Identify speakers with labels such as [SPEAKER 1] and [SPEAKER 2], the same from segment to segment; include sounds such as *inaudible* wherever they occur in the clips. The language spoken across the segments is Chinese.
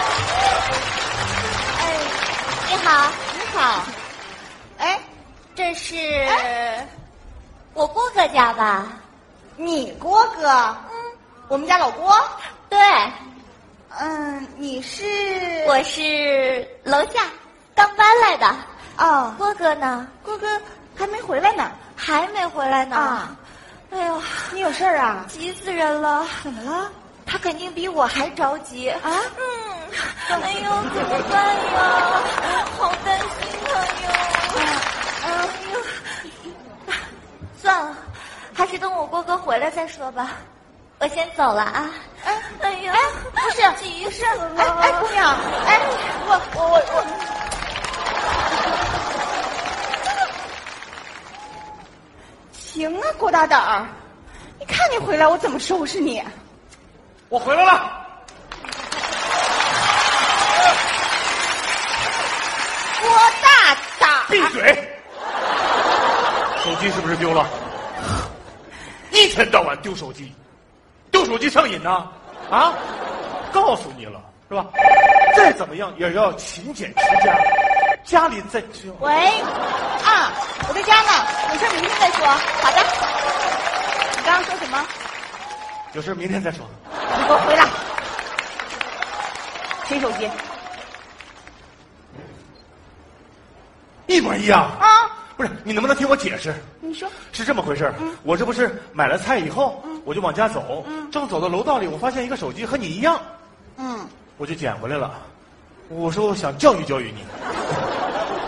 [SPEAKER 1] 哎
[SPEAKER 2] 哥家吧？
[SPEAKER 1] 你郭哥，
[SPEAKER 2] 嗯，
[SPEAKER 1] 我们家老郭。
[SPEAKER 2] 对，
[SPEAKER 1] 嗯，你是？
[SPEAKER 2] 我是楼下刚搬来的。
[SPEAKER 1] 哦，
[SPEAKER 2] 郭哥呢？
[SPEAKER 1] 郭哥还没回来呢。
[SPEAKER 2] 还没回来呢。
[SPEAKER 1] 啊，
[SPEAKER 2] 哎呦，
[SPEAKER 1] 你有事儿啊？
[SPEAKER 2] 急死人了！
[SPEAKER 1] 怎么了？
[SPEAKER 2] 他肯定比我还着急
[SPEAKER 1] 啊
[SPEAKER 2] 嗯，哎呦，怎么办呀？好担心他哟。哎呦，算了，还是等我郭哥回来再说吧。我先走了啊。
[SPEAKER 1] 哎
[SPEAKER 2] 哎呦，
[SPEAKER 1] 哎不是
[SPEAKER 2] 急死
[SPEAKER 1] 哎
[SPEAKER 2] 了。
[SPEAKER 1] 哎，姑娘，哎，我我我我，行啊，郭大胆儿，你看你回来我怎么收拾你？
[SPEAKER 3] 我回来了，
[SPEAKER 1] 郭大胆
[SPEAKER 3] 闭嘴！手机是不是丢了？一天到晚丢手机，丢手机上瘾呐、啊！告诉你了是吧？再怎么样也要勤俭持家，家里再就
[SPEAKER 1] 喂，啊，我在家呢，有事儿明天再说。好的。你刚刚说什么？
[SPEAKER 3] 有事明天再说。
[SPEAKER 1] 你给我回来！谁手机？
[SPEAKER 3] 一模一样，
[SPEAKER 1] 啊，
[SPEAKER 3] 不是你能不能听我解释？
[SPEAKER 1] 你说
[SPEAKER 3] 是这么回事儿，我这不是买了菜以后，我就往家走，正走到楼道里，我发现一个手机和你一样，
[SPEAKER 1] 嗯，
[SPEAKER 3] 我就捡回来了。我说我想教育教育你，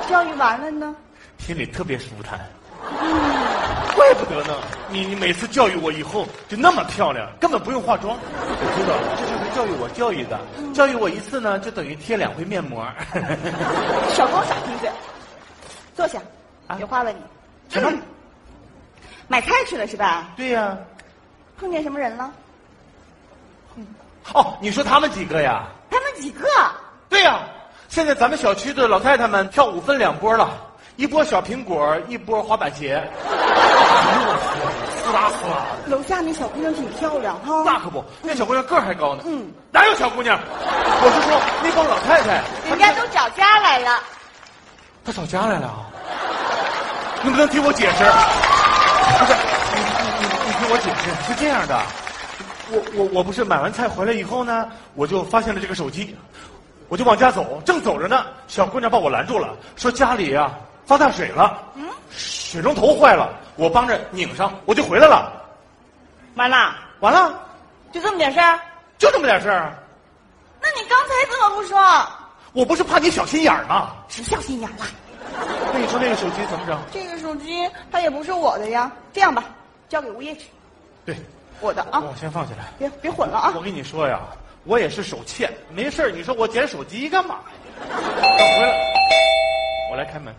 [SPEAKER 1] 教育完了呢？
[SPEAKER 3] 心里特别舒坦。怪不得呢，你你每次教育我以后就那么漂亮，根本不用化妆。我知道了，这就是教育我教育的，教育我一次呢，就等于贴两回面膜。
[SPEAKER 1] 少跟我耍贫嘴，坐下。
[SPEAKER 3] 啊
[SPEAKER 1] 有话问你。
[SPEAKER 3] 什么？
[SPEAKER 1] 买菜去了是吧？
[SPEAKER 3] 对呀、
[SPEAKER 1] 碰见什么人了？
[SPEAKER 3] 哦，你说他们几个呀？
[SPEAKER 1] 他们几个？
[SPEAKER 3] 对呀、现在咱们小区的老太太们跳舞分两波了，一波小苹果，一波滑板鞋。哎呦我天，撕拉撕拉的，
[SPEAKER 1] 楼下那小姑娘挺漂亮哈。
[SPEAKER 3] 那可不，那小姑娘个儿还高呢。
[SPEAKER 1] 嗯，
[SPEAKER 3] 哪有小姑娘？我是说那帮老太太，
[SPEAKER 1] 人家都找家来了。
[SPEAKER 3] 她吵架来了啊！能不能听我解释？不是，你你你你听我解释，是这样的，我我我不是买完菜回来以后呢，我就发现了这个手机，我就往家走，正走着呢，小姑娘把我拦住了，说家里啊发大水了，嗯，水龙头坏了，我帮着拧上，我就回来了。
[SPEAKER 1] 完了，
[SPEAKER 3] 完了，
[SPEAKER 1] 就这么点事儿？
[SPEAKER 3] 就这么点事儿，啊
[SPEAKER 1] 那你刚才怎么不说？
[SPEAKER 3] 我不是怕你小心眼儿吗？
[SPEAKER 1] 谁小心眼了？
[SPEAKER 3] 那你说那个手机怎么整？
[SPEAKER 1] 这个手机它也不是我的呀。这样吧，交给物业去，
[SPEAKER 3] 对，
[SPEAKER 1] 我的
[SPEAKER 3] 我
[SPEAKER 1] 啊，
[SPEAKER 3] 先放下来。
[SPEAKER 1] 别别混了啊
[SPEAKER 3] 我。跟你说呀，我也是手欠，没事儿你说我捡手机干嘛呀？等回来，我来开门。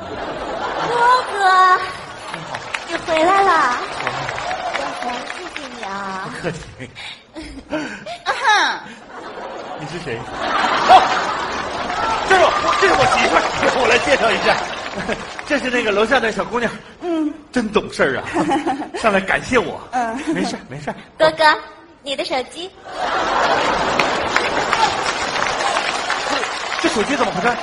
[SPEAKER 2] 郭哥，
[SPEAKER 3] 你嗯好，
[SPEAKER 2] 你回来了，
[SPEAKER 3] 我好
[SPEAKER 2] 谢谢你啊。
[SPEAKER 3] 客气。
[SPEAKER 1] 啊哈， *laughs*
[SPEAKER 3] 你是谁？哦，这是我，这是我媳妇儿，我来介绍一下。这是那个楼下那小姑娘，嗯，真懂事儿啊，上来感谢我。
[SPEAKER 1] 嗯
[SPEAKER 3] 没事儿没事儿。
[SPEAKER 2] 郭哥，你的手机，
[SPEAKER 3] 这手机怎么回事？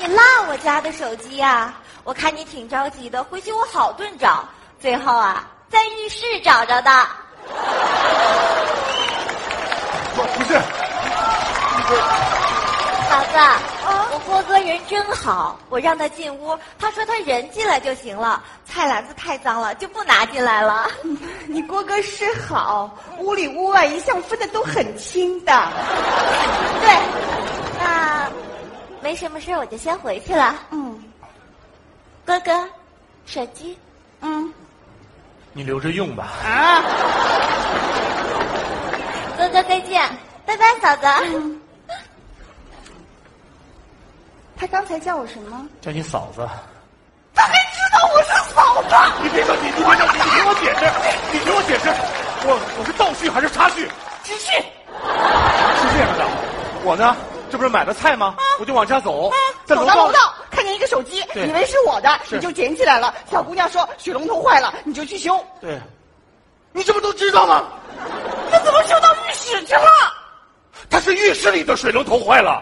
[SPEAKER 2] 你落我家的手机呀、我看你挺着急的，回去我好顿找，最后啊，在浴室找着的。
[SPEAKER 3] 不不是，
[SPEAKER 2] 嫂子，我郭哥人真好，我让他进屋，他说他人进来就行了，菜篮子太脏了就不拿进来了。
[SPEAKER 1] 你郭哥是好，屋里屋外一向分的都很清的。
[SPEAKER 2] 对，那没什么事儿我就先回去了。
[SPEAKER 1] 嗯
[SPEAKER 2] 哥哥，手机，
[SPEAKER 1] 嗯
[SPEAKER 3] 你留着用吧。
[SPEAKER 1] 啊。
[SPEAKER 2] 哥哥再见，拜拜，嫂子。
[SPEAKER 1] 他刚才叫我什么？
[SPEAKER 3] 叫你嫂子。
[SPEAKER 1] 他还知道我是嫂子？
[SPEAKER 3] 你别着急，你别着急，你听我解释，你听我解释，我我是倒叙还是插叙？
[SPEAKER 1] 继续。
[SPEAKER 3] 是这样的，我呢，这不是买了菜吗？我就往家走，在
[SPEAKER 1] 啊走
[SPEAKER 3] 楼
[SPEAKER 1] 到
[SPEAKER 3] 道
[SPEAKER 1] 楼道看见一个手机，
[SPEAKER 3] 对
[SPEAKER 1] 以为是我的，
[SPEAKER 3] 是
[SPEAKER 1] 你就捡起来了。小姑娘说水龙头坏了，你就去修。
[SPEAKER 3] 对，你这不都知道吗？
[SPEAKER 1] 这怎么修到浴室去了？
[SPEAKER 3] 它是浴室里的水龙头坏了，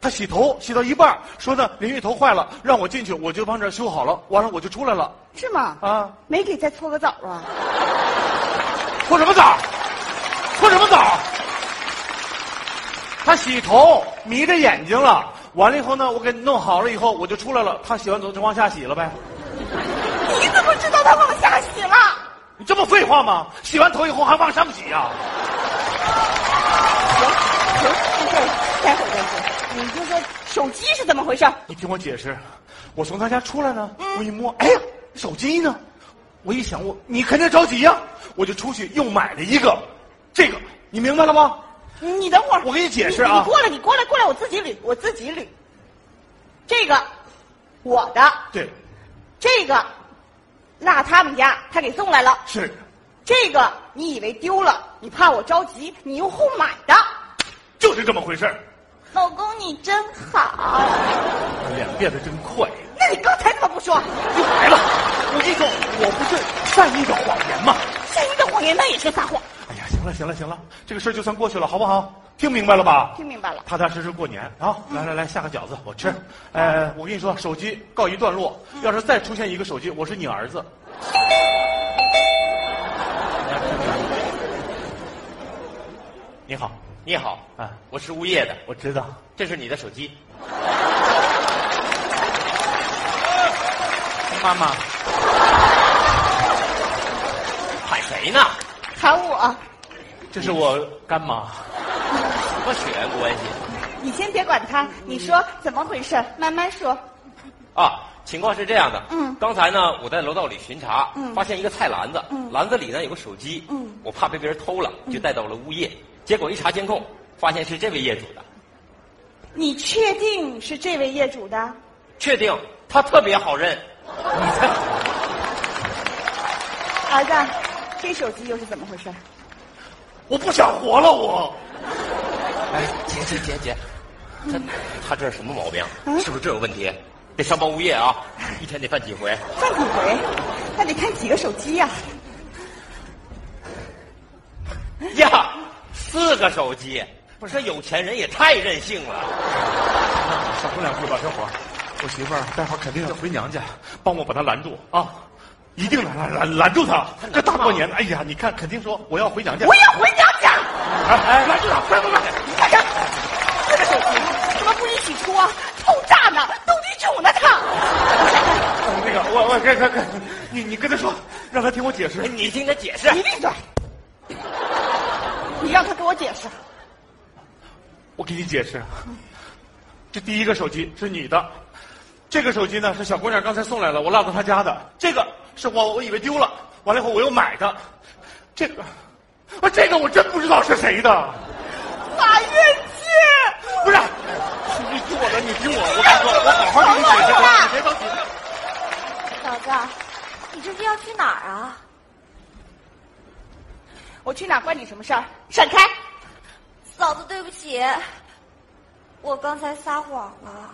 [SPEAKER 3] 他洗头洗到一半儿，说呢淋浴头坏了，让我进去，我就帮着修好了，完了我就出来了
[SPEAKER 1] 是吗？
[SPEAKER 3] 啊！
[SPEAKER 1] 没给再搓个澡啊？
[SPEAKER 3] 搓什么澡？搓什么澡？他洗头迷着眼睛了，完了以后呢，我给弄好了以后，我就出来了。他洗完头就往下洗了呗。
[SPEAKER 1] 你怎么知道他往下洗了？
[SPEAKER 3] 你这不废话吗？洗完头以后还往上洗呀、啊
[SPEAKER 1] 行，那事儿待会儿再说。你就说手机是怎么回事？
[SPEAKER 3] 你听我解释，我从他家出来呢，我一摸，哎呀，手机呢？我一想，我你肯定着急呀、我就出去又买了一个，这个你明白了吗？
[SPEAKER 1] 你等会儿，
[SPEAKER 3] 我给你解释啊
[SPEAKER 1] 你过来，你过来，过来，我自己捋，我自己捋。这个，我的，
[SPEAKER 3] 对，
[SPEAKER 1] 这个，那他们家他给送来了。
[SPEAKER 3] 是，
[SPEAKER 1] 这个你以为丢了，你怕我着急，你又后买的。
[SPEAKER 3] 就是这么回事儿
[SPEAKER 2] 老公你真好。
[SPEAKER 3] 脸变得真快，
[SPEAKER 1] 那你刚才怎么不说？
[SPEAKER 3] 又来了。我跟你说，我不是善意的谎言吗？
[SPEAKER 1] 善意的谎言那也是撒谎。
[SPEAKER 3] 哎呀，行了行了行了，这个事儿就算过去了，好不好？听明白了吧？
[SPEAKER 1] 听明白了，
[SPEAKER 3] 踏踏实实过年啊！来来来，下个饺子我吃。呃，我跟你说，手机告一段落。要是再出现一个手机，我是你儿子。 *laughs* 你好，
[SPEAKER 4] 你好，
[SPEAKER 3] 啊
[SPEAKER 4] 我是物业的，
[SPEAKER 3] 我知道。
[SPEAKER 4] 这是你的手机。
[SPEAKER 3] 妈妈，
[SPEAKER 4] 喊谁呢？
[SPEAKER 1] 喊我，啊
[SPEAKER 3] 这是我干妈。
[SPEAKER 4] 什么血缘关系？
[SPEAKER 1] 你先别管他，你说怎么回事？慢慢说。
[SPEAKER 4] 啊，情况是这样的。
[SPEAKER 1] 嗯
[SPEAKER 4] 刚才呢，我在楼道里巡查，
[SPEAKER 1] 嗯
[SPEAKER 4] 发现一个菜篮子，
[SPEAKER 1] 嗯
[SPEAKER 4] 篮子里呢有个手机，
[SPEAKER 1] 嗯
[SPEAKER 4] 我怕被别人偷了，就带到了物业。结果一查监控，发现是这位业主的，
[SPEAKER 1] 你确定是这位业主的？
[SPEAKER 4] 确定他特别好认。你猜
[SPEAKER 1] 儿子，这手机又是怎么回事？
[SPEAKER 3] 我不想活了，我。
[SPEAKER 4] 哎，姐姐姐姐，他他这是什么毛病？
[SPEAKER 1] 嗯
[SPEAKER 4] 是不是这有问题？得上报物业啊！一天得犯几回？
[SPEAKER 1] 犯几回？那得看几个手机呀、
[SPEAKER 4] 呀，四个手机，不是有钱人也太任性了。
[SPEAKER 3] 少说两句吧，小伙儿。我媳妇儿待会儿肯定要回娘家，帮我把她拦住啊！一定拦拦拦拦住她！这大过年的，哎呀，你看，肯定说我要回娘家。
[SPEAKER 1] 我要回娘家。
[SPEAKER 3] 哎哎，拦住她！快快哎快！
[SPEAKER 1] 你看这四个手机，怎么不一起出啊？偷炸呢，斗地主呢他。
[SPEAKER 3] 那个，我我快快快，你你跟他说，让他听我解释。
[SPEAKER 4] 哎你听他解释，
[SPEAKER 1] 你闭嘴！你让他给我解释。
[SPEAKER 3] 我给你解释，这第一个手机是你的，这个手机呢是小姑娘刚才送来了，我落到她家的。这个是我我以为丢了，完了以后我又买的，这个啊，这个我真不知道是谁的，
[SPEAKER 1] 法院见。
[SPEAKER 3] 不是。你听我的，你听我，我跟你说，我好好给你解释啊，你别着急。
[SPEAKER 2] 嫂子，你这是要去哪儿啊？
[SPEAKER 1] 我去哪儿关你什么事儿？闪开！
[SPEAKER 2] 嫂子，对不起，我刚才撒谎了。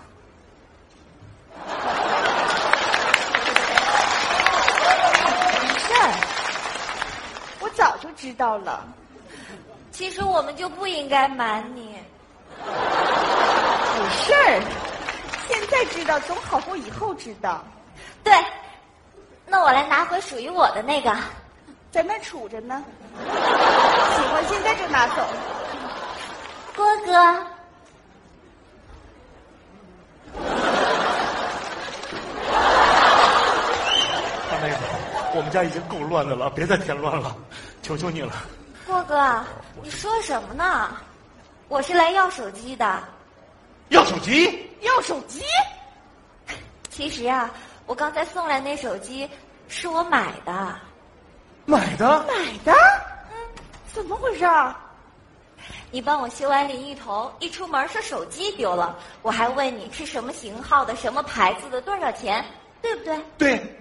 [SPEAKER 2] 没事儿，
[SPEAKER 1] 我早就知道了。
[SPEAKER 2] 其实我们就不应该瞒你。
[SPEAKER 1] 有事儿，现在知道总好过以后知道。
[SPEAKER 2] 对，那我来拿回属于我的那个。
[SPEAKER 1] 在那儿杵着呢，喜欢现在就拿走。
[SPEAKER 2] 郭哥，
[SPEAKER 3] 大妹子，我们家已经够乱的了，别再添乱了，求求你了。
[SPEAKER 2] 郭哥，你说什么呢？我是来要手机的。
[SPEAKER 3] 要手机？
[SPEAKER 1] 要手机？
[SPEAKER 2] 其实啊，我刚才送来那手机是我买的。
[SPEAKER 3] 买的？
[SPEAKER 1] 买的？怎么回事儿？
[SPEAKER 2] 你帮我修完淋浴头，一出门说手机丢了，我还问你是什么型号的、什么牌子的、多少钱，对不对？
[SPEAKER 3] 对，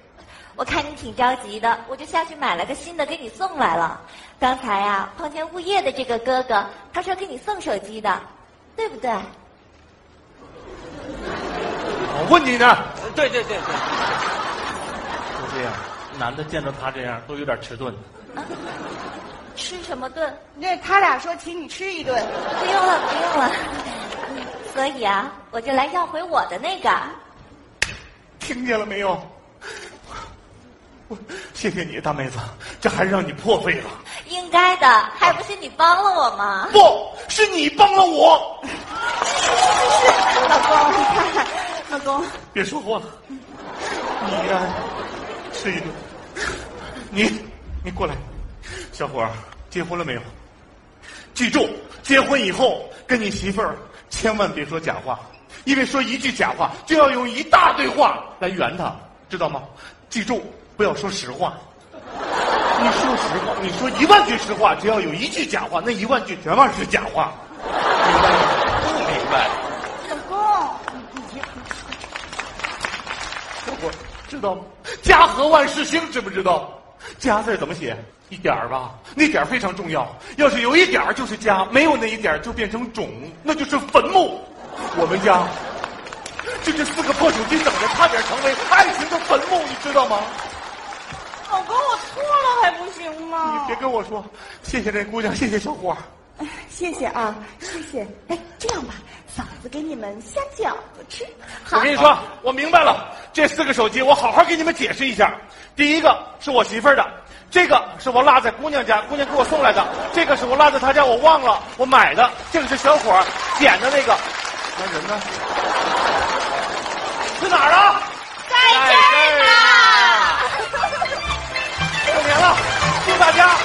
[SPEAKER 2] 我看你挺着急的，我就下去买了个新的给你送来了。刚才呀、碰见物业的这个哥哥，他说给你送手机的，对不对？
[SPEAKER 3] 我问你呢。
[SPEAKER 4] 对对对对。
[SPEAKER 3] 就这样，男的见到他这样都有点迟钝。
[SPEAKER 2] 吃什么顿？
[SPEAKER 1] 那他俩说请你吃一顿， *laughs*
[SPEAKER 2] *laughs* 不用了，不用了。嗯可以啊，我就来要回我的那个。
[SPEAKER 3] 听见了没有？我谢谢你，大妹子，这还是让你破费了。
[SPEAKER 2] 应该的，还不是你帮了我吗？
[SPEAKER 3] 不是你帮了我，
[SPEAKER 1] 老公，你看，老公， *laughs*
[SPEAKER 3] 别说话了。你呀、吃一顿。你，你过来，小伙儿，结婚了没有？记住，结婚以后跟你媳妇儿千万别说假话，因为说一句假话就要用一大堆话来圆她，知道吗？记住，不要说实话。你说实话，你说一万句实话，只要有一句假话，那一万句全万是假话。
[SPEAKER 4] 不明白。
[SPEAKER 1] 老公，
[SPEAKER 3] 小伙儿，知道吗？家和万事兴，知不知道？家字儿怎么写？一点儿吧，那点儿非常重要。要是有一点儿就是家，没有那一点儿就变成冢，那就是坟墓。我们家就这四个破手机，等着差点成为爱情的坟墓，你知道吗？
[SPEAKER 1] 老公，我错了还不行
[SPEAKER 3] 你
[SPEAKER 1] 吗
[SPEAKER 3] 别？跟我说，谢谢这姑娘，谢谢小伙儿。
[SPEAKER 1] 谢谢啊，谢谢。哎，这样吧，嫂子给你们下饺子吃。
[SPEAKER 3] 我跟你说，我明白了，这四个手机我好好给你们解释一下。第一个是我媳妇儿的，这个是我落在姑娘家，姑娘给我送来的，这个是我落在她家，我忘了我买的，这个是小伙儿捡的那个。那人呢？去哪儿啊了？
[SPEAKER 1] 在这儿呢。
[SPEAKER 3] 过年了，祝大家